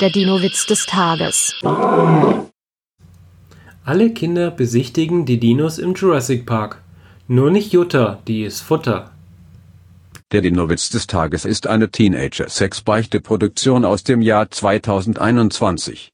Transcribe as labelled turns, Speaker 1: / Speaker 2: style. Speaker 1: Der Dino-Witz des Tages.
Speaker 2: Alle Kinder besichtigen die Dinos im Jurassic Park. Nur nicht Jutta, die ist Futter.
Speaker 3: Der Dinowitz des Tages ist eine Teenager-Sex-Beichte-Produktion aus dem Jahr 2021.